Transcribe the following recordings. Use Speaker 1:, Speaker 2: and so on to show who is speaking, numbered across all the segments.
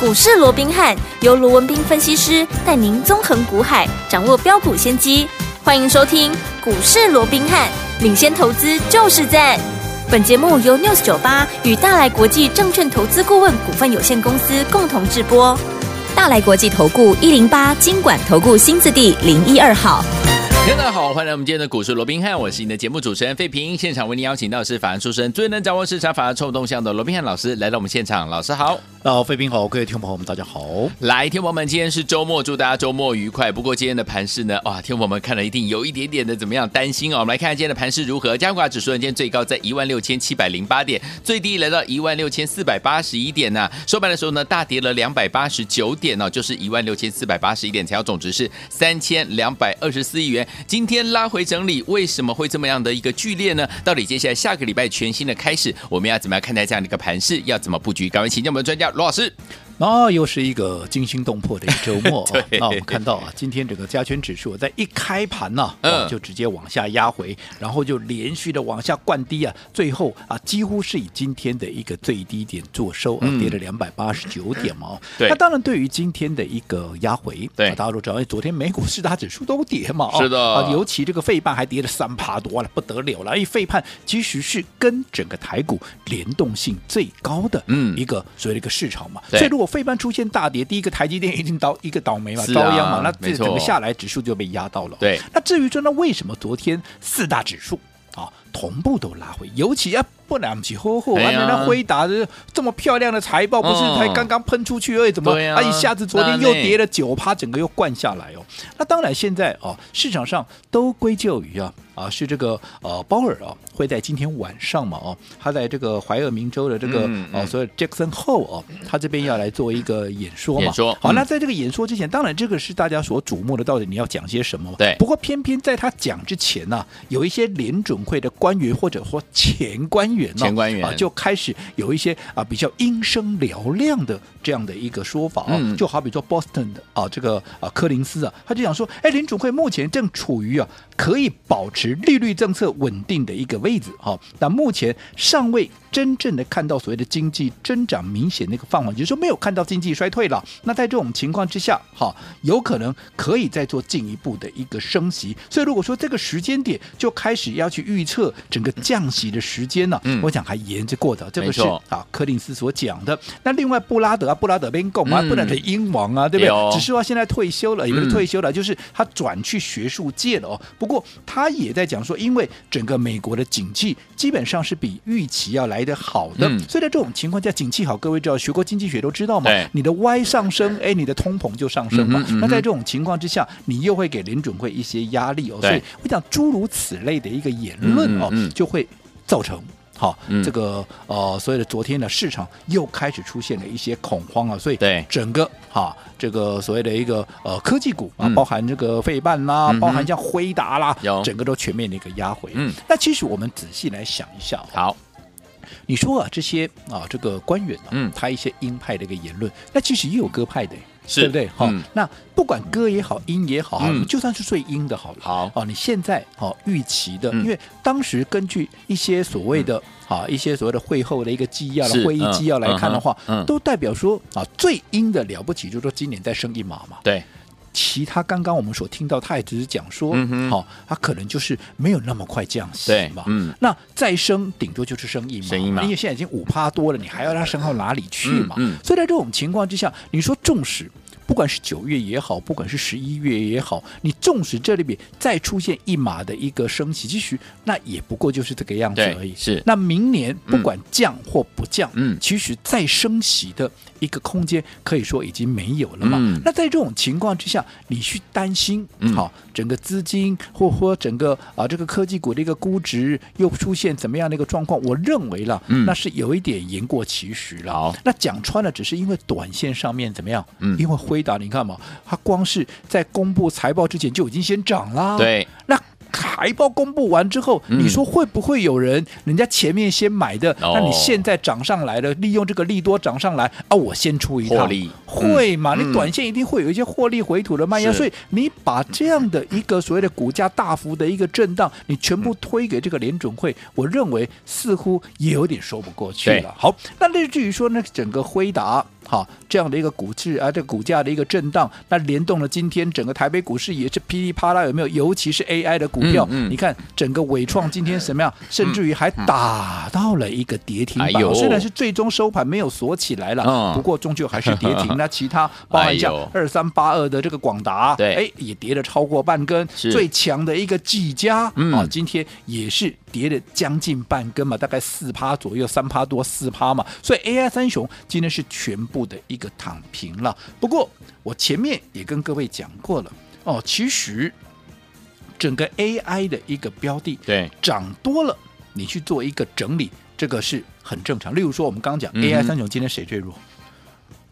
Speaker 1: 股市罗宾汉由罗文斌分析师带您纵横股海，掌握标股先机。欢迎收听股市罗宾汉，领先投资就是赞。本节目由 News 九八与大来国际证券投资顾问股份有限公司共同制播。
Speaker 2: 大来国际投顾一零八金管投顾新字第零一二号。
Speaker 3: 大家好，欢迎来我们今天的股市罗宾汉，我是你的节目主持人费平。现场为您邀请到的是法案出身、最能掌握市场法案臭动向的罗宾汉老师来到我们现场，老师好。
Speaker 4: 那费宾好，各位听众朋友们，大家好。
Speaker 3: 来，天友们，今天是周末，祝大家周末愉快。不过今天的盘市呢，哇，天友们看了一定有一点点的怎么样担心哦。我们来看看今天的盘市如何。加权指数呢，今天最高在16,708点，最低来到16,481点呢、收盘的时候呢，大跌了289点哦，就是16,481点，才要总值是3,224亿元。今天拉回整理，为什么会这么样的一个剧烈呢？到底接下来下个礼拜全新的开始，我们要怎么样看待这样的一个盘势？要怎么布局？赶快请教我们的专家罗老师。
Speaker 4: 然后啊又是一个惊心动魄的一个周末啊
Speaker 3: 对。
Speaker 4: 那我们看到啊，今天整个加权指数在一开盘呢、啊
Speaker 3: 嗯
Speaker 4: 哦就直接往下压回，然后就连续的往下灌低啊，最后啊几乎是以今天的一个最低点做收，啊
Speaker 3: 嗯
Speaker 4: 跌了两百八十九点嘛、哦。
Speaker 3: 对
Speaker 4: 那当然，对于今天的一个压回，
Speaker 3: 对
Speaker 4: 啊大家都知道，因为昨天美股四大指数都跌嘛，哦
Speaker 3: 是的
Speaker 4: 啊，尤其这个费半还跌了三趴多了，不得了了。因为费半其实是跟整个台股联动性最高的
Speaker 3: 嗯
Speaker 4: 一个所谓的一个市场嘛，
Speaker 3: 对
Speaker 4: 所以如果费半出现大跌，第一个台积电一定倒一个倒霉嘛，
Speaker 3: 是啊
Speaker 4: 遭殃嘛，那
Speaker 3: 没
Speaker 4: 这
Speaker 3: 错
Speaker 4: 整个下来指数就被压到了。
Speaker 3: 对，
Speaker 4: 那至于说那为什么昨天四大指数啊同步都拉回，尤其啊。不然起吼吼，
Speaker 3: 哎呀
Speaker 4: 啊，那辉达的这么漂亮的财报，不是
Speaker 3: 嗯
Speaker 4: 才刚刚喷出去而已，怎么
Speaker 3: 对啊
Speaker 4: 一下子昨天又
Speaker 3: 那呢
Speaker 4: 跌了九趴，整个又灌下来哦。那当然，现在哦，市场上都归咎于啊啊是这个呃鲍尔啊会在今天晚上嘛哦，他在这个怀俄明州的这个
Speaker 3: 嗯
Speaker 4: 哦
Speaker 3: 嗯
Speaker 4: 所以 Jackson Hole 哦，他这边要来做一个演说嘛。哦
Speaker 3: 演说
Speaker 4: 好，
Speaker 3: 嗯
Speaker 4: 那在这个演说之前，当然这个是大家所瞩目的，到底你要讲些什么嘛？
Speaker 3: 对
Speaker 4: 不过偏偏在他讲之前呢、有一些联准会的官员或者说前官员、哦、
Speaker 3: 前官员
Speaker 4: 啊，就开始有一些啊比较阴声嘹亮的这样的一个说法、哦
Speaker 3: 嗯
Speaker 4: 就好比说 Boston 的啊这个啊柯林斯啊，他就讲说，哎，联准会目前正处于啊可以保持利率政策稳定的一个位置哈、哦那目前尚未真正的看到所谓的经济增长明显的一个放缓，就是说没有看到经济衰退了。那在这种情况之下，哈、有可能可以再做进一步的一个升息。所以如果说这个时间点就开始要去预测整个降息的时间呢、
Speaker 3: 嗯
Speaker 4: 我想还言之过早，这
Speaker 3: 没
Speaker 4: 个是
Speaker 3: 错
Speaker 4: 啊柯林斯所讲的。那另外布拉德啊，布拉德边贡啊，
Speaker 3: 嗯
Speaker 4: 布拉德英王啊，对不
Speaker 3: 对哦
Speaker 4: 对？只是说现在退休了，也不是
Speaker 3: 嗯
Speaker 4: 退休了，就是他转去学术界了哦。不过他也在讲说，因为整个美国的景气基本上是比预期要来得好的，
Speaker 3: 嗯
Speaker 4: 所以在这种情况下，景气好，各位知道学过经济学都知道嘛
Speaker 3: 对，
Speaker 4: 你的 Y 上升，哎，你的通膨就上升嘛。
Speaker 3: 嗯哼嗯哼
Speaker 4: 那在这种情况之下，你又会给联准会一些压力哦。
Speaker 3: 对
Speaker 4: 所以我讲诸如此类的一个言论哦，
Speaker 3: 嗯嗯嗯
Speaker 4: 就会造成。好，
Speaker 3: 嗯
Speaker 4: 这个呃，所谓的昨天的市场又开始出现了一些恐慌啊，所以
Speaker 3: 对
Speaker 4: 整个哈这个所谓的一个呃科技股啊，
Speaker 3: 嗯
Speaker 4: 包含这个费半啦，
Speaker 3: 嗯哼
Speaker 4: 包含像辉达啦
Speaker 3: 有，
Speaker 4: 整个都全面的一个压回。
Speaker 3: 嗯，
Speaker 4: 那其实我们仔细来想一下、哦，
Speaker 3: 好，
Speaker 4: 你说啊，这些啊，这个官员啊，
Speaker 3: 嗯
Speaker 4: 他一些鹰派的一个言论，那其实也有鸽派的，
Speaker 3: 是
Speaker 4: 对不对？好、
Speaker 3: 嗯
Speaker 4: 那不管鸽也好，鹰也好，
Speaker 3: 嗯
Speaker 4: 就算是最鹰的好了。
Speaker 3: 好
Speaker 4: 哦，你现在哦预期的，
Speaker 3: 嗯
Speaker 4: 因为当时根据一些所谓的、啊一些所谓的会后的一个纪要
Speaker 3: 是
Speaker 4: 了、会议纪要来看的话，
Speaker 3: 嗯嗯嗯
Speaker 4: 都代表说啊最鹰的了不起，就是说今年再升一码嘛。
Speaker 3: 对，
Speaker 4: 其他刚刚我们所听到，他也只是讲说，好、
Speaker 3: 嗯哼
Speaker 4: 他可能就是没有那么快降息
Speaker 3: 对
Speaker 4: 嘛，
Speaker 3: 嗯，
Speaker 4: 那再升顶多就是升一码，
Speaker 3: 升一码
Speaker 4: 因为现在已经五趴多了，你还要它升到哪里去嘛？
Speaker 3: 嗯嗯
Speaker 4: 所以在这种情况之下，你说纵使不管是九月也好，不管是十一月也好，你纵使这里边再出现一码的一个升息，其实那也不过就是这个样子
Speaker 3: 对
Speaker 4: 而已。
Speaker 3: 是
Speaker 4: 那明年不管降或不降，
Speaker 3: 嗯
Speaker 4: 其实再升息的一个空间可以说已经没有了嘛。
Speaker 3: 嗯
Speaker 4: 那在这种情况之下，你去担心，
Speaker 3: 嗯
Speaker 4: 好、整个资金或或整个啊这个科技股的一个估值又出现怎么样的一个状况？我认为了，
Speaker 3: 嗯
Speaker 4: 那是有一点言过其实了。
Speaker 3: 好
Speaker 4: 那讲穿了，只是因为短线上面怎么样？
Speaker 3: 嗯
Speaker 4: 因为辉达，你看嘛，它光是在公布财报之前就已经先涨啦。
Speaker 3: 对，
Speaker 4: 那。财报公布完之后，
Speaker 3: 嗯
Speaker 4: 你说会不会有人人家前面先买的，
Speaker 3: 哦
Speaker 4: 那你现在涨上来了，利用这个利多涨上来啊，我先出一趟，
Speaker 3: 获利
Speaker 4: 会嘛？
Speaker 3: 嗯
Speaker 4: 你短线一定会有一些获利回吐的卖压，
Speaker 3: 是
Speaker 4: 所以你把这样的一个所谓的股价大幅的一个震荡，你全部推给这个联准会，我认为似乎也有点说不过去
Speaker 3: 对
Speaker 4: 了。好，那至于说呢，整个辉达好这样的一个股市啊，这股价的一个震荡，那联动了今天整个台北股市也是噼里啪啦，有没有？尤其是 AI 的股票，
Speaker 3: 嗯嗯嗯
Speaker 4: 你看整个伟创今天什么样，甚至于还打到了一个跌停板，
Speaker 3: 哎呦
Speaker 4: 虽然是最终收盘没有锁起来了，
Speaker 3: 嗯
Speaker 4: 不过终究还是跌 停。那其他包含像
Speaker 3: 哎
Speaker 4: 二三八二的这个广达，
Speaker 3: 对
Speaker 4: 哎，也跌了超过半根，
Speaker 3: 是
Speaker 4: 最强的一个技嘉，
Speaker 3: 嗯
Speaker 4: 啊，今天也是跌了将近半根嘛，大概四趴左右，三趴多四趴嘛，所以 AI 三雄今天是全部的一个躺平了。不过我前面也跟各位讲过了哦，其实整个 AI 的一个标的，
Speaker 3: 对，
Speaker 4: 涨多了，你去做一个整理，这个是很正常。例如说，我们刚刚讲
Speaker 3: 嗯
Speaker 4: AI 三雄今天谁最弱？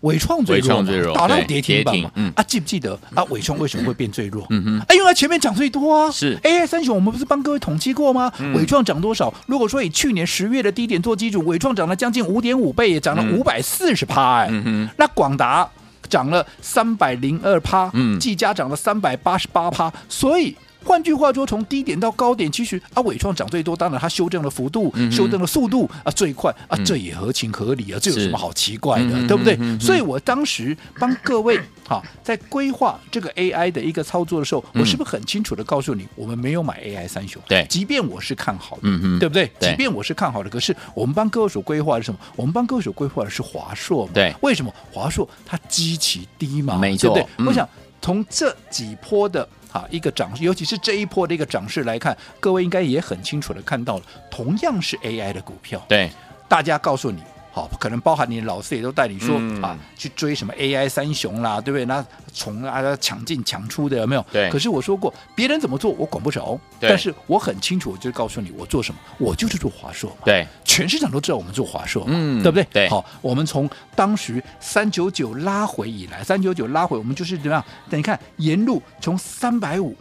Speaker 4: 伟创最
Speaker 3: 伟
Speaker 4: 弱
Speaker 3: 创
Speaker 4: 嘛，
Speaker 3: 最弱
Speaker 4: 打到
Speaker 3: 对
Speaker 4: 跌停板
Speaker 3: 跌
Speaker 4: 嘛
Speaker 3: 停。嗯
Speaker 4: 啊，记不记得啊？伟创为什么会变最弱？
Speaker 3: 嗯哼，
Speaker 4: 哎，因为它前面涨最多啊。
Speaker 3: 是
Speaker 4: AI 三雄，我们不是帮各位统计过吗
Speaker 3: 嗯？
Speaker 4: 伟创涨多少？如果说以去年十月的低点做基础，伟创涨了将近五点五倍，也涨了
Speaker 3: 嗯
Speaker 4: 五百四十趴。哎，
Speaker 3: 嗯哼，
Speaker 4: 那广达涨了三百零二趴，
Speaker 3: 嗯
Speaker 4: 技嘉涨了三百八十八趴，所以。换句话说，从低点到高点，其实啊，伟创涨最多，当然它修正了幅度，
Speaker 3: 嗯哼
Speaker 4: 修正了速度啊，最快啊，
Speaker 3: 嗯
Speaker 4: 这也合情合理啊，这有
Speaker 3: 是
Speaker 4: 什么好奇怪的，
Speaker 3: 嗯哼
Speaker 4: 对不对？
Speaker 3: 嗯哼
Speaker 4: 所以我当时帮各 位哈、啊在规划这个 AI 的一个操作的时候，
Speaker 3: 嗯
Speaker 4: 我是不是很清楚的告诉你，我们没有买 AI 三雄？
Speaker 3: 对
Speaker 4: 即便我是看好的，
Speaker 3: 嗯哼
Speaker 4: 对不对？
Speaker 3: 对
Speaker 4: 即便我是看好的，可是我们帮各位所规划的是什么？我们帮各位所规划的是华硕嘛？
Speaker 3: 对
Speaker 4: 为什么华硕它基期低嘛？
Speaker 3: 没错
Speaker 4: 对不对？
Speaker 3: 嗯
Speaker 4: 我想从这几波的啊一个涨势，尤其是这一波的一个涨势来看，各位应该也很清楚的看到了，同样是 AI 的股票，
Speaker 3: 对，
Speaker 4: 大家告诉你。好，可能包含你的老师也都带你说、
Speaker 3: 嗯
Speaker 4: 啊，去追什么 AI 三雄啦，对不对？那从啊抢进抢出的有没有？
Speaker 3: 对
Speaker 4: 可是我说过，别人怎么做我管不着，
Speaker 3: 对
Speaker 4: 但是我很清楚，我就告诉你我做什么，我就是做华硕嘛。
Speaker 3: 对，
Speaker 4: 全市场都知道我们做华硕嘛，
Speaker 3: 嗯
Speaker 4: 对不对？
Speaker 3: 对
Speaker 4: 好，我们从当时三九九拉回以来，三九九拉回，我们就是怎么样？等你看，沿路从三百五、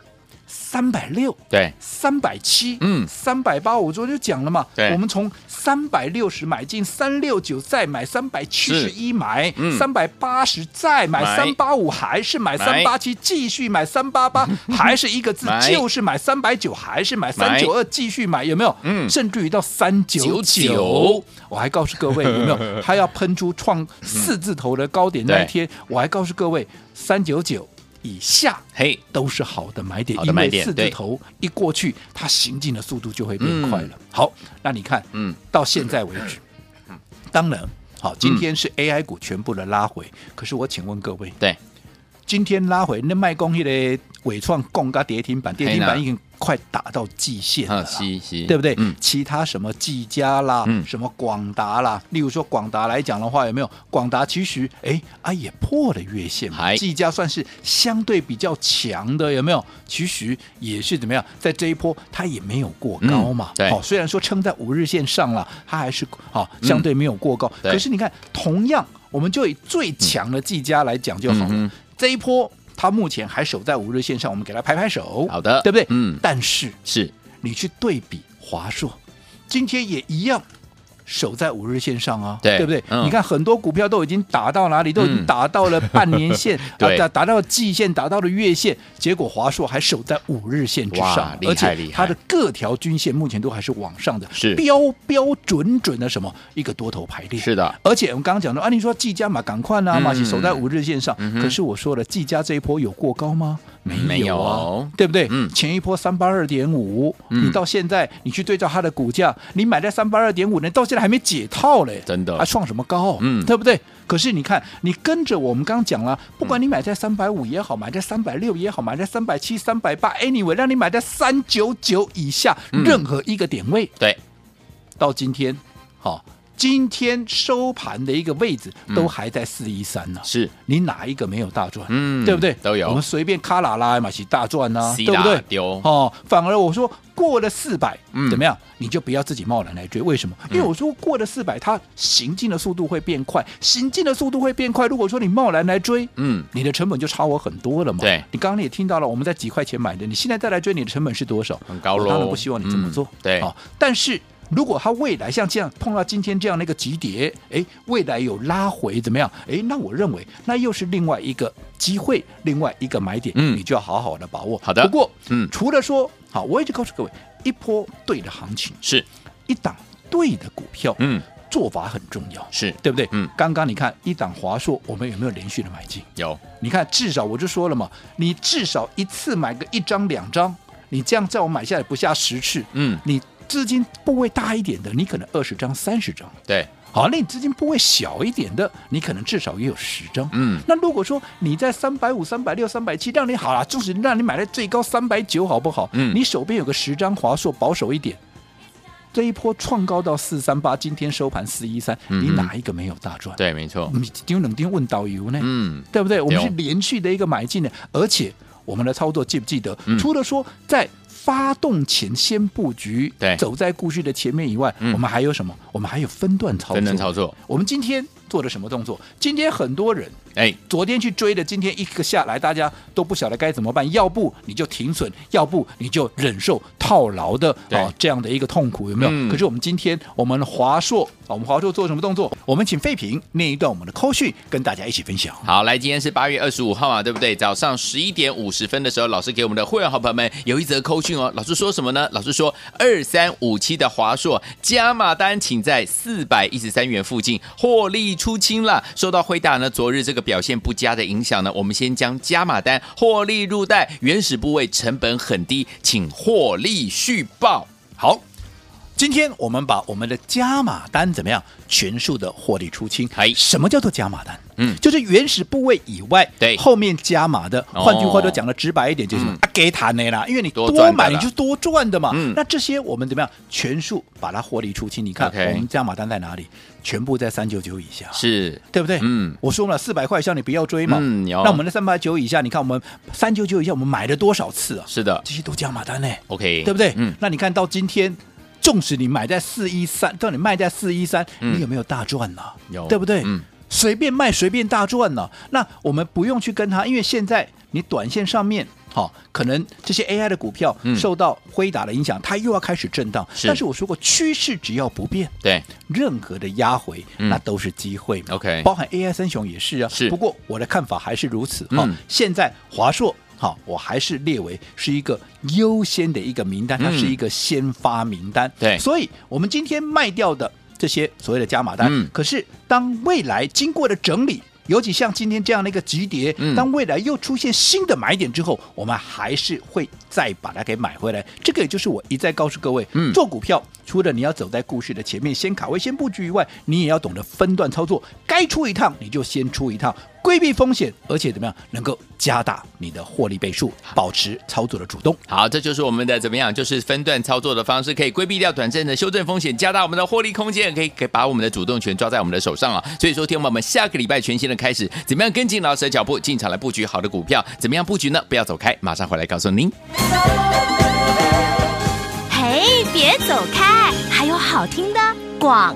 Speaker 4: 三百六。
Speaker 3: 对，
Speaker 4: 三百七，
Speaker 3: 嗯
Speaker 4: 三百八，我昨天就讲了嘛，
Speaker 3: 对
Speaker 4: 我们从三百六十买进，三六九再买，三百七十一买
Speaker 3: 嗯，
Speaker 4: 三百八十再买，
Speaker 3: 买
Speaker 4: 三八五还是买，
Speaker 3: 买
Speaker 4: 三八七继续买，三八 八还是一个字
Speaker 3: 买，
Speaker 4: 就是买，三百九还是买，
Speaker 3: 买
Speaker 4: 三九二继续买，有没有？
Speaker 3: 嗯
Speaker 4: 甚至于到三九
Speaker 3: 99
Speaker 4: 九，我还告诉各位有没有，它要喷出创四字头的高点那一天，我还告诉各位三九九以下。
Speaker 3: 嘿，
Speaker 4: 都是好的买点，
Speaker 3: 好的买
Speaker 4: 因
Speaker 3: 点
Speaker 4: 为四字头一过去，它行进的速度就会变快了。
Speaker 3: 嗯
Speaker 4: 好，那你看，
Speaker 3: 嗯，
Speaker 4: 到现在为止，当然，好，今天是 AI 股全部的拉回，可是我请问各位，
Speaker 3: 对，
Speaker 4: 今天拉回那卖工业的伟创共加跌停板，跌停
Speaker 3: 嘿
Speaker 4: 板
Speaker 3: 呐
Speaker 4: 已经快打到极限了
Speaker 3: 啊，
Speaker 4: 啦。
Speaker 3: 是是，
Speaker 4: 对不对？
Speaker 3: 嗯，
Speaker 4: 其他什么技嘉啦，
Speaker 3: 嗯
Speaker 4: 什么广达啦，例如说广达来讲的话，有没有？广达其实哎啊也破了月线嘛
Speaker 3: 嗨，
Speaker 4: 技嘉算是相对比较强的，有没有？其实也是怎么样，在这一波它也没有过高嘛
Speaker 3: 嗯，对嗯
Speaker 4: 好、虽然说撑在五日线上了，它还是好、相对没有过高，
Speaker 3: 对
Speaker 4: 可是你看，同样我们就以最强的技嘉来讲就好了，
Speaker 3: 嗯哼
Speaker 4: 这一波。它目前还守在五日线上，我们给它拍拍手，
Speaker 3: 好的
Speaker 4: 对不对？
Speaker 3: 嗯
Speaker 4: 但是
Speaker 3: 是，
Speaker 4: 你去对比华硕，今天也一样。守在五日线上啊，
Speaker 3: 对
Speaker 4: 不对、
Speaker 3: 嗯
Speaker 4: 你看很多股票都已经打到哪里，都已经打到了半年 线，
Speaker 3: 对
Speaker 4: 啊，打打到季线，打到了月线，结果华硕还守在五日线之
Speaker 3: 哇
Speaker 4: 上，
Speaker 3: 厉害
Speaker 4: 而且
Speaker 3: 厉害
Speaker 4: 它的各条均线目前都还是往上的，
Speaker 3: 是
Speaker 4: 标标准准的什么一个多头排列，
Speaker 3: 是的，
Speaker 4: 而且我们刚刚讲到，啊，你说技嘉嘛，赶快啦、
Speaker 3: 嗯
Speaker 4: 嘛，是守在五日线上、
Speaker 3: 嗯哼
Speaker 4: 可是我说了，技嘉这一波有过高吗？没有啊，
Speaker 3: 没有
Speaker 4: 对不对？
Speaker 3: 嗯
Speaker 4: 前一波三八二点五，
Speaker 3: 嗯
Speaker 4: 你到现在你去对照它的股价，你买在三八二点五呢，到现在还没解套嘞，
Speaker 3: 真的
Speaker 4: 还创什么高？
Speaker 3: 嗯
Speaker 4: 对不对？可是你看，你跟着我们刚刚讲了，不管你买在三百五也好，买在三百六也好，买在三百七、三百八，anyway，让你买在三九九以下、
Speaker 3: 嗯
Speaker 4: 任何一个点位，
Speaker 3: 对，
Speaker 4: 到今天，好、今天收盘的一个位置
Speaker 3: 嗯
Speaker 4: 都还在四一三呢。
Speaker 3: 是，
Speaker 4: 你哪一个没有大赚？
Speaker 3: 嗯
Speaker 4: 对不对？
Speaker 3: 都有
Speaker 4: 我们随便卡拉拉嘛，是大赚呐、
Speaker 3: 是
Speaker 4: 对
Speaker 3: 啦
Speaker 4: 不对？
Speaker 3: 丢
Speaker 4: 哦，反而我说过了四百、
Speaker 3: 嗯
Speaker 4: 怎么样？你就不要自己贸然来追，为什么？因为我说过了四百，它行进的速度会变快，行进的速度会变快。如果说你贸然来追，
Speaker 3: 嗯，
Speaker 4: 你的成本就差我很多了嘛。
Speaker 3: 对
Speaker 4: 你刚刚也听到了，我们在几块钱买的，你现在再来追，你的成本是多少？
Speaker 3: 很高
Speaker 4: 我当
Speaker 3: 喽
Speaker 4: 然不希望你这么做。
Speaker 3: 嗯对
Speaker 4: 好，但是。如果它未来像这样碰到今天这样的一个急跌，哎，未来有拉回怎么样？哎，那我认为那又是另外一个机会，另外一个买点，
Speaker 3: 嗯
Speaker 4: 你就要好好的把握。
Speaker 3: 好的
Speaker 4: 不过，
Speaker 3: 嗯
Speaker 4: 除了说好，我一直告诉各位，一波对的行情，
Speaker 3: 是，
Speaker 4: 一档对的股票，
Speaker 3: 嗯，
Speaker 4: 做法很重要，
Speaker 3: 是
Speaker 4: 对不对？
Speaker 3: 嗯
Speaker 4: 刚刚你看一档华硕，我们有没有连续的买进？
Speaker 3: 有
Speaker 4: 你看，至少我就说了嘛，你至少一次买个一张两张，你这样在我买下来不下十次，
Speaker 3: 嗯
Speaker 4: 你资金部位大一点的，你可能二十张、三十张。
Speaker 3: 对
Speaker 4: 好，那你资金部位小一点的，你可能至少也有十张。
Speaker 3: 嗯
Speaker 4: 那如果说你在三百五、三百六、三百七，让你好了，就是让你买在最高三百九，好不好？
Speaker 3: 嗯
Speaker 4: 你手边有个十张华硕，保守一点。这一波创高到四三八，今天收盘四一三，
Speaker 3: 嗯
Speaker 4: 你哪一个没有大赚？，
Speaker 3: 对，没错，
Speaker 4: 你丢冷丁问导游呢？
Speaker 3: 嗯
Speaker 4: 对不对？我们
Speaker 3: 有
Speaker 4: 是连续的一个买进的，而且我们的操作记不记得？
Speaker 3: 嗯
Speaker 4: 除了说在发动前先布局，
Speaker 3: 对
Speaker 4: 走在故事的前面以外，
Speaker 3: 嗯
Speaker 4: 我们还有什么？我们还有分段操
Speaker 3: 分
Speaker 4: 作。
Speaker 3: 段操作，
Speaker 4: 我们今天做了什么动作？今天很多人
Speaker 3: 哎
Speaker 4: 昨天去追的，今天一个下来，大家都不晓得该怎么办。要不你就停损，要不你就忍受套牢的
Speaker 3: 对
Speaker 4: 啊这样的一个痛苦，有没有？
Speaker 3: 嗯
Speaker 4: 可是我们今天我们华硕，啊我们华硕做什么动作？我们请费平念一段我们的扣讯，跟大家一起分享。
Speaker 3: 好，来，今天是八月二十五号嘛，对不对？早上十一点五十分的时候，老师给我们的会员好朋友们有一则扣讯哦。老师说什么呢？老师说二三五七的华硕加码单，请在四百一十三元附近获利出清啦。受到辉达呢昨日这个表现不佳的影响呢，我们先将加码单获利入袋，原始部位成本很低，请获利续报。
Speaker 4: 好，今天我们把我们的加码单怎么样全数的获利出清
Speaker 3: 哎？
Speaker 4: 什么叫做加码单？
Speaker 3: 嗯
Speaker 4: 就是原始部位以外，
Speaker 3: 对
Speaker 4: 后面加码的。
Speaker 3: 哦
Speaker 4: 换句话说，讲的直白一点，就是什么
Speaker 3: 嗯
Speaker 4: 啊，给谈的啦，因为你
Speaker 3: 多赚的
Speaker 4: 多买
Speaker 3: 啦
Speaker 4: 你就多赚的嘛
Speaker 3: 嗯。
Speaker 4: 那这些我们怎么样全数把它获利出清？你看
Speaker 3: OK
Speaker 4: 我们加码单在哪里？全部在三九九以下。
Speaker 3: 是，
Speaker 4: 对不对？
Speaker 3: 嗯
Speaker 4: 我说了，四百块以下你不要追嘛。
Speaker 3: 嗯有
Speaker 4: 那我们的三百九以下，你看我们三九九以下，我们买了多少次啊？
Speaker 3: 是的
Speaker 4: 这些都加码单呢、
Speaker 3: ，OK，
Speaker 4: 对不对？
Speaker 3: 嗯，
Speaker 4: 那你看到今天，纵使你买在四一三，到你卖在四一三，
Speaker 3: 嗯
Speaker 4: 你有没有大赚呢、
Speaker 3: 有
Speaker 4: 对不对？
Speaker 3: 嗯
Speaker 4: 随便卖随便大赚呢、那我们不用去跟他，因为现在你短线上面。好、可能这些 AI 的股票
Speaker 3: 嗯
Speaker 4: 受到辉达的影响，它又要开始震荡。
Speaker 3: 是
Speaker 4: 但是我说过，趋势只要不变，
Speaker 3: 对，
Speaker 4: 任何的压回，
Speaker 3: 嗯
Speaker 4: 那都是机会嘛。
Speaker 3: OK
Speaker 4: 包含 AI 三雄也是啊。
Speaker 3: 是
Speaker 4: 不过我的看法还是如此哈、
Speaker 3: 嗯
Speaker 4: 现在华硕。好，我还是列为是一个优先的一个名单，它
Speaker 3: 嗯
Speaker 4: 是一个先发名单。
Speaker 3: 对
Speaker 4: 所以我们今天卖掉的这些所谓的加码单，
Speaker 3: 嗯
Speaker 4: 可是当未来经过了整理，尤其像今天这样的一个急跌，
Speaker 3: 嗯
Speaker 4: 当未来又出现新的买点之后，我们还是会再把它给买回来。这个也就是我一再告诉各位，
Speaker 3: 嗯
Speaker 4: 做股票除了你要走在故事的前面，先卡位、先布局以外，你也要懂得分段操作，该出一趟你就先出一趟。规避风险，而且怎么样能够加大你的获利倍数，保持操作的主动。
Speaker 3: 好，这就是我们的怎么样，就是分段操作的方式，可以规避掉短暂的修正风险，加大我们的获利空间，可以可以把我们的主动权抓在我们的手上啊。所以说，听我们下个礼拜全新的开始，怎么样跟进老师的脚步，进场来布局好的股票？怎么样布局呢？不要走开，马上回来告诉您。
Speaker 1: 嘿，别走开，还有好听的广。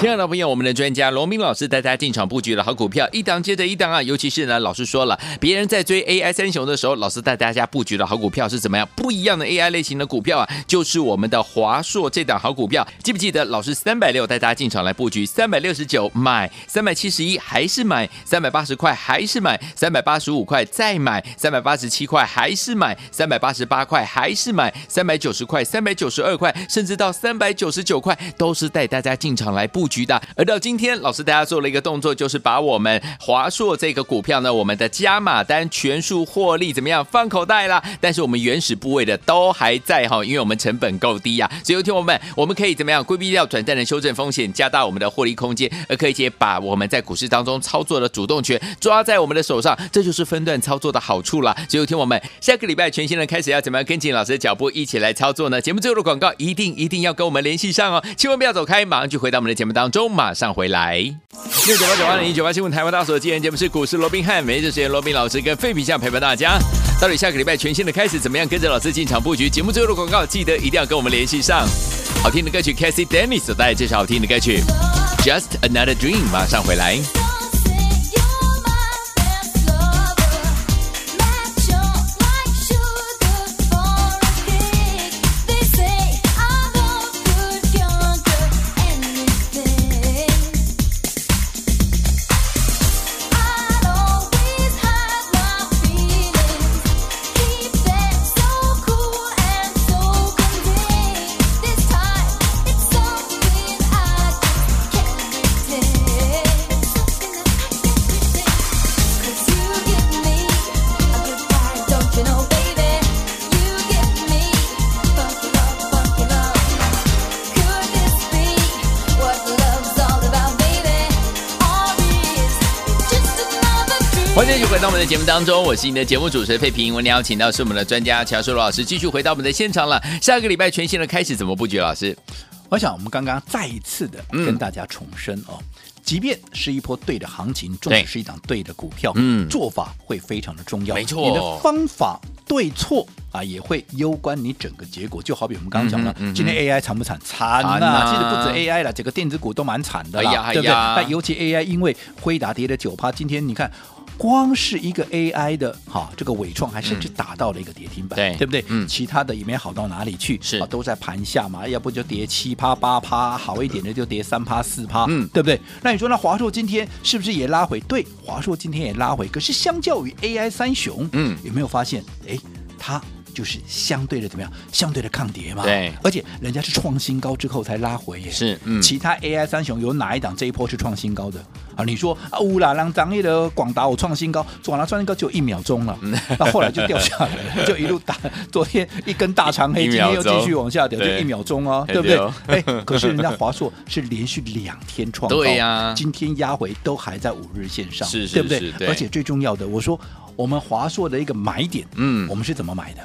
Speaker 3: 亲爱的朋友，我们的专家罗明老师带大家进场布局了好股票，一档接着一档啊！尤其是呢，老师说了，别人在追 AI 三雄的时候，老师带大家布局的好股票是怎么样不一样的 AI 类型的股票啊？就是我们的华硕这档好股票，记不记得老师三百六带大家进场来布局，三百六十九买，三百七十一还是买，三百八十块还是买，三百八十五块再买，三百八十七块还是买，三百八十八块还是买，三百九十块、三百九十二块，甚至到三百九十九块，都是带大家进场来布局的。而到今天，老师大家做了一个动作，就是把我们华硕这个股票呢，我们的加码单全数获利怎么样放口袋啦？但是我们原始部位的都还在哈，因为我们成本够低呀、所以，听我们，我们可以怎么样规避掉短暂的修正风险，加大我们的获利空间，而可以也把我们在股市当中操作的主动权抓在我们的手上，这就是分段操作的好处啦。所以，听我们，下个礼拜全新的开始要怎么样跟紧老师的脚步一起来操作呢？节目最后的广告一定一定要跟我们联系上哦，千万不要走开，马上就回到我们的节目当中，马上回来。六九八九八零一九八新闻台湾大所，今天节目是股市罗宾汉，每日时间罗宾老师跟费皮相陪伴大家。到底下个礼拜全新的开始怎么样？跟着老师进场布局。节目最后的广告记得一定要跟我们联系上。好听的歌曲 Cassie Dennis 所带来这首好听的歌曲 Just Another Dream，马上回来。
Speaker 5: This time, it's something I just can't
Speaker 3: 续回到我们的节目当中，我是你的节目主持人费平。我们邀请到是我们的专家乔舒老师，继续回到我们的现场了。下个礼拜全新的开始怎么布局？老师，
Speaker 4: 我想我们刚刚再一次的
Speaker 3: 嗯
Speaker 4: 跟大家重申哦。即便是一波对的行情，纵
Speaker 3: 对
Speaker 4: 使是一档对的股票，
Speaker 3: 嗯
Speaker 4: 做法会非常的重要，
Speaker 3: 没错
Speaker 4: 你的方法对错啊，也会攸关你整个结果。就好比我们刚刚讲了，
Speaker 3: 嗯哼嗯哼
Speaker 4: 今天 AI 惨不惨？惨
Speaker 3: 惨
Speaker 4: 呐、
Speaker 3: 啊
Speaker 4: 其实不止 AI 了，整个电子股都蛮惨的啦，
Speaker 3: 哎呀哎呀
Speaker 4: 对不对？那尤其 AI，因为辉达跌了九趴，今天你看。光是一个 AI 的哈，这个伟创还甚至打到了一个跌停
Speaker 3: 嗯
Speaker 4: 板，
Speaker 3: 对
Speaker 4: 对不对？
Speaker 3: 嗯
Speaker 4: 其他的也没好到哪里去，
Speaker 3: 是
Speaker 4: 啊，都在盘下嘛，要不就跌七趴八趴，好一点的就跌三趴四趴，
Speaker 3: 嗯
Speaker 4: 对不对？那你说那华硕今天是不是也拉回？对，华硕今天也拉回，可是相较于 AI 三雄，
Speaker 3: 嗯
Speaker 4: 有没有发现？哎，它。就是相对的怎么样？相对的抗跌嘛。
Speaker 3: 对
Speaker 4: 而且人家是创新高之后才拉回耶。
Speaker 3: 是嗯
Speaker 4: 其他 AI 三雄有哪一档这一波是创新高的啊？你说啊，乌拉郎张业的广达我创新高，广达创新高只有一秒钟了，
Speaker 3: 嗯
Speaker 4: 那、后来就掉下来 了，就一路打。昨天一根大长黑，
Speaker 3: 一
Speaker 4: 今
Speaker 3: 秒
Speaker 4: 天
Speaker 3: 钟
Speaker 4: 又继续往下掉，就
Speaker 3: 对
Speaker 4: 一秒钟哦，
Speaker 3: 哎
Speaker 4: 对不对
Speaker 3: 对哦？
Speaker 4: 哎，可 是人家华硕是连续两天创高，
Speaker 3: 对呀
Speaker 4: 今天压回都还在五日线上，
Speaker 3: 是是
Speaker 4: 对不
Speaker 3: 是
Speaker 4: 对？
Speaker 3: 对
Speaker 4: 而且最重要的，我说我们华硕的一个买点，
Speaker 3: 嗯
Speaker 4: 我们是怎么买的？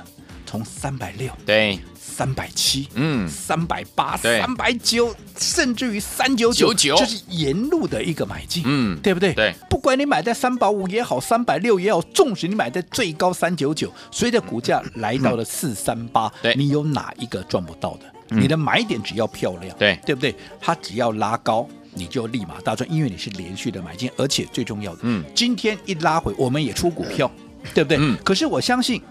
Speaker 4: 从三百六、
Speaker 3: 对，
Speaker 4: 三百七，
Speaker 3: 嗯
Speaker 4: 三百八、
Speaker 3: 对
Speaker 4: 三百九，甚至于三九九，
Speaker 3: 99
Speaker 4: 这是沿路的一个买进，
Speaker 3: 嗯
Speaker 4: 对不对？
Speaker 3: 对，
Speaker 4: 不管你买在三百五也好，三百六也好，纵使你买在最高三九九，随着股价来到了四三八
Speaker 3: 嗯对，嗯
Speaker 4: 你有哪一个赚不到的？你的买点只要漂亮，
Speaker 3: 对
Speaker 4: 对不对？它只要拉高。你就立马大赚，因为你是连续的买进，而且最重要的，
Speaker 3: 嗯，
Speaker 4: 今天一拉回，我们也出股票，对不对？
Speaker 3: 嗯
Speaker 4: 可是我相信，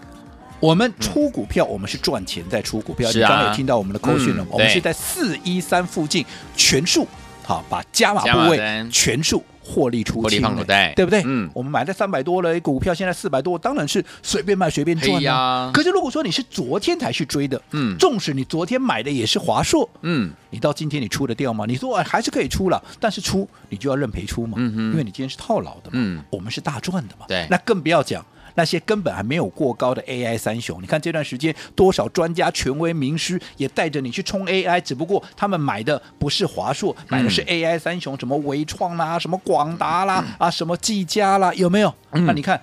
Speaker 4: 我们出股票，我们是赚钱在出股票。
Speaker 3: 是
Speaker 4: 你刚
Speaker 3: 啊
Speaker 4: 刚有听到我们的扣讯了
Speaker 3: 嗯
Speaker 4: 吗，我们
Speaker 3: 对
Speaker 4: 是在四一三附近全数好把加码
Speaker 3: 加码
Speaker 4: 部位
Speaker 3: 单
Speaker 4: 全数获利出
Speaker 3: 获利
Speaker 4: 清
Speaker 3: 放
Speaker 4: 了
Speaker 3: 口袋
Speaker 4: 对不对？
Speaker 3: 嗯
Speaker 4: 我们买在三百多了股票，现在四百多，当然是随便卖随便赚
Speaker 3: 嘿
Speaker 4: 啦、
Speaker 3: 呀
Speaker 4: 可是如果说你是昨天才去追的，
Speaker 3: 嗯
Speaker 4: 纵使你昨天买的也是华硕，
Speaker 3: 嗯，
Speaker 4: 你到今天你出得掉吗？你说、哎、还是可以出了，但是出你就要认赔出嘛，
Speaker 3: 嗯哼
Speaker 4: 因为你今天是套牢的嘛，
Speaker 3: 嗯
Speaker 4: 我们是大赚的嘛，
Speaker 3: 对
Speaker 4: 那更不要讲。那些根本还没有过高的 AI 三雄，你看这段时间多少专家、权威、名师也带着你去冲 AI，只不过他们买的不是华硕，
Speaker 3: 嗯
Speaker 4: 买的是 AI 三雄，什么微创啦、什么广达啦、
Speaker 3: 嗯
Speaker 4: 啊、什么技嘉啦，有没有？那你看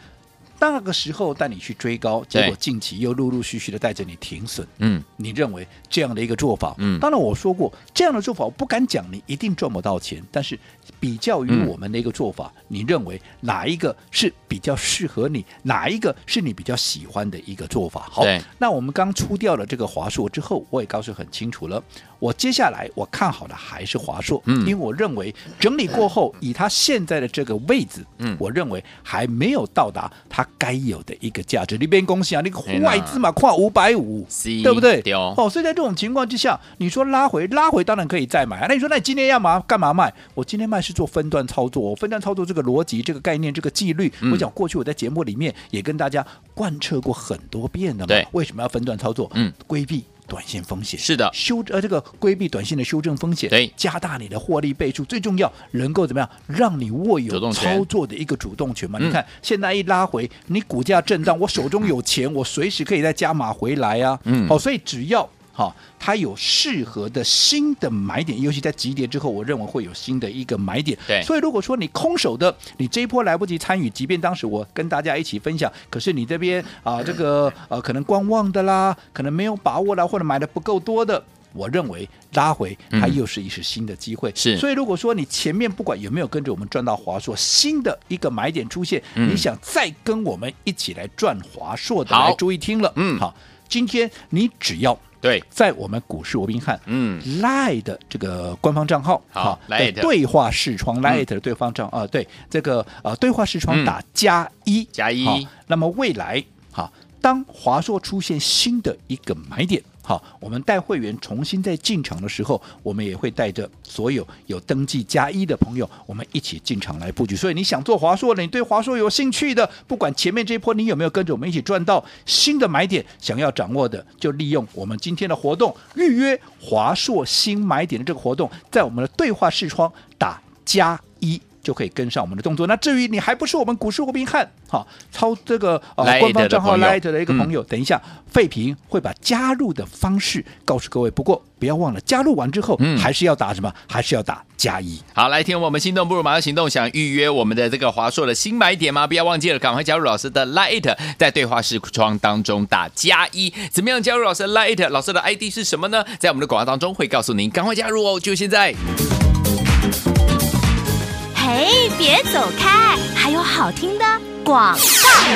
Speaker 4: 那个时候带你去追高，结
Speaker 3: 对
Speaker 4: 果近期又陆陆续续的带着你停损，
Speaker 3: 嗯，
Speaker 4: 你认为这样的一个做法，
Speaker 3: 嗯
Speaker 4: 当然我说过这样的做法，我不敢讲你一定赚不到钱，但是比较于
Speaker 3: 嗯
Speaker 4: 我们的一个做法，你认为哪一个是比较适合你，哪一个是你比较喜欢的一个做法？好
Speaker 3: 对，
Speaker 4: 那我们刚出掉了这个华硕之后，我也告诉很清楚了，我接下来我看好的还是华硕，
Speaker 3: 嗯
Speaker 4: 因为我认为整理过后，以它现在的这个位置，
Speaker 3: 嗯
Speaker 4: 我认为还没有到达它该有的一个价值。你边恭喜啊，那个
Speaker 3: 天哪
Speaker 4: 外资嘛，跨五百五，
Speaker 3: 是
Speaker 4: 对不对？
Speaker 3: 对哦
Speaker 4: 哦，所以在这种情况之下，你说拉回拉回当然可以再买啊。那你说那你今天要嘛干嘛卖？我今天卖是做分段操作，我分段操作这个逻辑、这个概念、这个纪律，
Speaker 3: 嗯
Speaker 4: 我讲过去我在节目里面也跟大家贯彻过很多遍的嘛。
Speaker 3: 对
Speaker 4: 为什么要分段操作？
Speaker 3: 嗯，
Speaker 4: 规避。短线风险
Speaker 3: 是的
Speaker 4: 修呃这个规避短线的修正风险，
Speaker 3: 对
Speaker 4: 加大你的获利倍数，最重要能够怎么样让你握
Speaker 3: 主动
Speaker 4: 有
Speaker 3: 权
Speaker 4: 操作的一个主动权嘛？
Speaker 3: 嗯
Speaker 4: 你看现在一拉回，你股价震荡，我手中有钱，我随时可以再加码回来啊。
Speaker 3: 嗯
Speaker 4: 好、所以只要好、它有适合的新的买点，尤其在急跌之后，我认为会有新的一个买点。
Speaker 3: 对
Speaker 4: 所以如果说你空手的，你这一波来不及参与，即便当时我跟大家一起分享，可是你这边啊、这个呃可能观望的啦，可能没有把握啦，或者买的不够多的。我认为拉回它
Speaker 3: 嗯
Speaker 4: 又是一次新的机会，
Speaker 3: 是
Speaker 4: 所以如果说你前面不管有没有跟着我们赚到华硕，新的一个买点出现，
Speaker 3: 嗯
Speaker 4: 你想再跟我们一起来赚华硕的，
Speaker 3: 好
Speaker 4: 来注意听了，
Speaker 3: 嗯
Speaker 4: 好，今天你只要
Speaker 3: 对，
Speaker 4: 在我们股市罗宾汉。
Speaker 3: 嗯
Speaker 4: Lie 的这个官方账号，
Speaker 3: 好
Speaker 4: 的
Speaker 3: Lite
Speaker 4: 对话视窗 Lie 的对方账啊、对这个呃对话视窗
Speaker 3: 嗯
Speaker 4: 打加一
Speaker 3: 加一
Speaker 4: 好那么未来好，当华硕出现新的一个买点，好，我们带会员重新再进场的时候，我们也会带着所有有登记加一的朋友，我们一起进场来布局。所以你想做华硕的，你对华硕有兴趣的，不管前面这一波你有没有跟着我们一起赚到新的买点，想要掌握的，就利用我们今天的活动预约华硕新买点的这个活动，在我们的对话视窗打加一。就可以跟上我们的动作。那至于你还不是我们股市罗宾汉，好操这个呃
Speaker 3: Lite
Speaker 4: 官方账
Speaker 3: 的
Speaker 4: 号
Speaker 3: 朋友嗯
Speaker 4: Light 的一个朋友，等一下费平会把加入的方式告诉各位。不过不要忘了，加入完之后、
Speaker 3: 嗯
Speaker 4: 还是要打什么？还是要打加一。
Speaker 3: 好，来听我们心动不如马上行动，想预约我们的这个华硕的新买点吗？不要忘记了，赶快加入老师的 Light，在对话视窗当中打加一。怎么样加入老师的 Light？老师的 ID 是什么呢？在我们的广告当中会告诉您，赶快加入哦，就现在。
Speaker 1: 嘿，别走开，还有好听的广。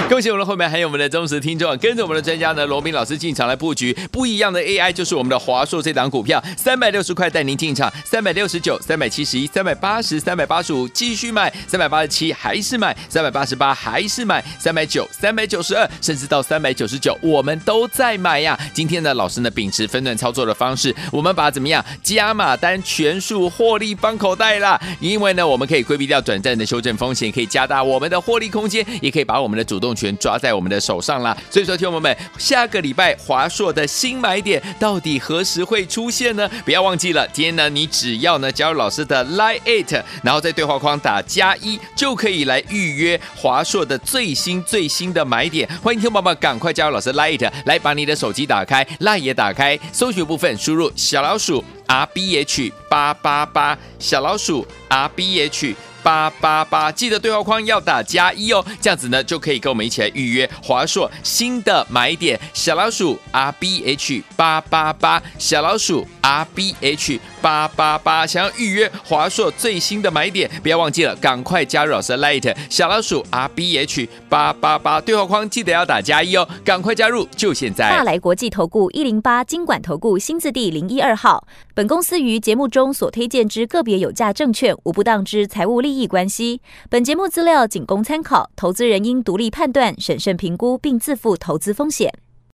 Speaker 3: 恭喜我们的后面还有我们的忠实听众，跟着我们的专家呢，罗斌老师进场来布局不一样的 AI，就是我们的华硕这档股票，三百六十块带您进场，三百六十九、三百七十一、三百八十、三百八十五继续买，三百八十七还是买，三百八十八还是买，三百九、三百九十二，甚至到三百九十九，我们都在买呀。今天呢，老师呢秉持分段操作的方式，我们把怎么样加码单全数获利放口袋啦，因为呢，我们可以规避掉短暂的修正风险，可以加大我们的获利空间，也可以把我们的主动权抓在我们的手上啦。所以说，听众朋友们，下个礼拜华硕的新买点到底何时会出现呢？不要忘记了，今天呢，你只要呢加入老师的 Line It，然后在对话框打加一，就可以来预约华硕的最新最新的买点。欢迎听众朋友们赶快加入老师 Line It，来把你的手机打开，Line 也打开，搜寻部分输入小老鼠 R B H 八八八，小老鼠 R B H。八八八，记得对话框要打加一哦，这样子呢就可以跟我们一起来预约华硕新的买点小老鼠 R B H 八八八，小老鼠 R B H 八八八，想要预约华硕最新的买点，不要忘记了，赶快加入老师的 Light 小老鼠 R B H 八八八，对话框记得要打加一哦，赶快加入，就现在
Speaker 2: 大。来国际投顾一零八金管投顾新字第零一二号。本公司于节目中所推荐之个别有价证券，无不当之财务利益关系。本节目资料仅供参考，投资人应独立判断、审慎评估，并自负投资风险。